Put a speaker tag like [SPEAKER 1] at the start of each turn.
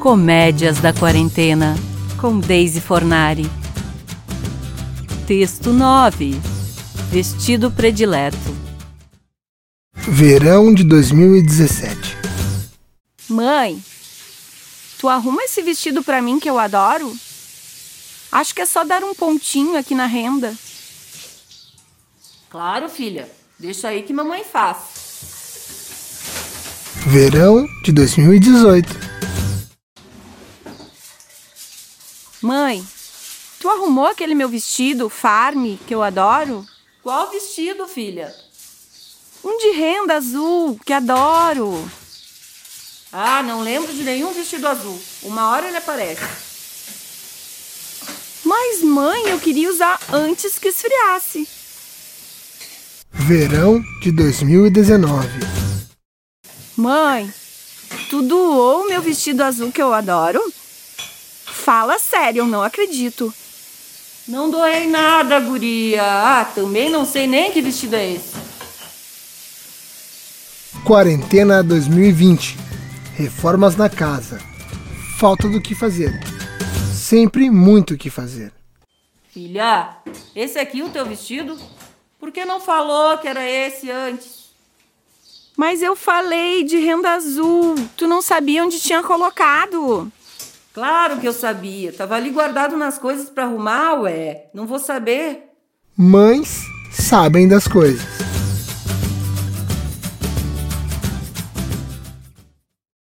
[SPEAKER 1] Comédias da Quarentena, com Daisy Fornari. Texto 9 Vestido Predileto.
[SPEAKER 2] Verão de 2017.
[SPEAKER 3] Mãe, tu arruma esse vestido pra mim que eu adoro? Acho que é só dar um pontinho aqui na renda.
[SPEAKER 4] Claro, filha. Deixa aí que mamãe faz.
[SPEAKER 2] Verão de 2018.
[SPEAKER 3] Mãe, tu arrumou aquele meu vestido farm que eu adoro?
[SPEAKER 4] Qual vestido, filha?
[SPEAKER 3] Um de renda azul que adoro.
[SPEAKER 4] Ah, não lembro de nenhum vestido azul. Uma hora ele aparece.
[SPEAKER 3] Mas mãe, eu queria usar antes que esfriasse.
[SPEAKER 2] Verão de 2019.
[SPEAKER 3] Mãe, tu doou o meu vestido azul que eu adoro? Fala sério, eu não acredito.
[SPEAKER 4] Não doei nada, guria. Ah, também não sei nem que vestido é esse.
[SPEAKER 2] Quarentena 2020. Reformas na casa. Falta do que fazer. Sempre muito o que fazer.
[SPEAKER 4] Filha, esse aqui é o teu vestido? Por que não falou que era esse antes?
[SPEAKER 3] Mas eu falei de renda azul. Tu não sabia onde tinha colocado.
[SPEAKER 4] Claro que eu sabia. Tava ali guardado nas coisas pra arrumar, ué. Não vou saber.
[SPEAKER 2] Mães sabem das coisas.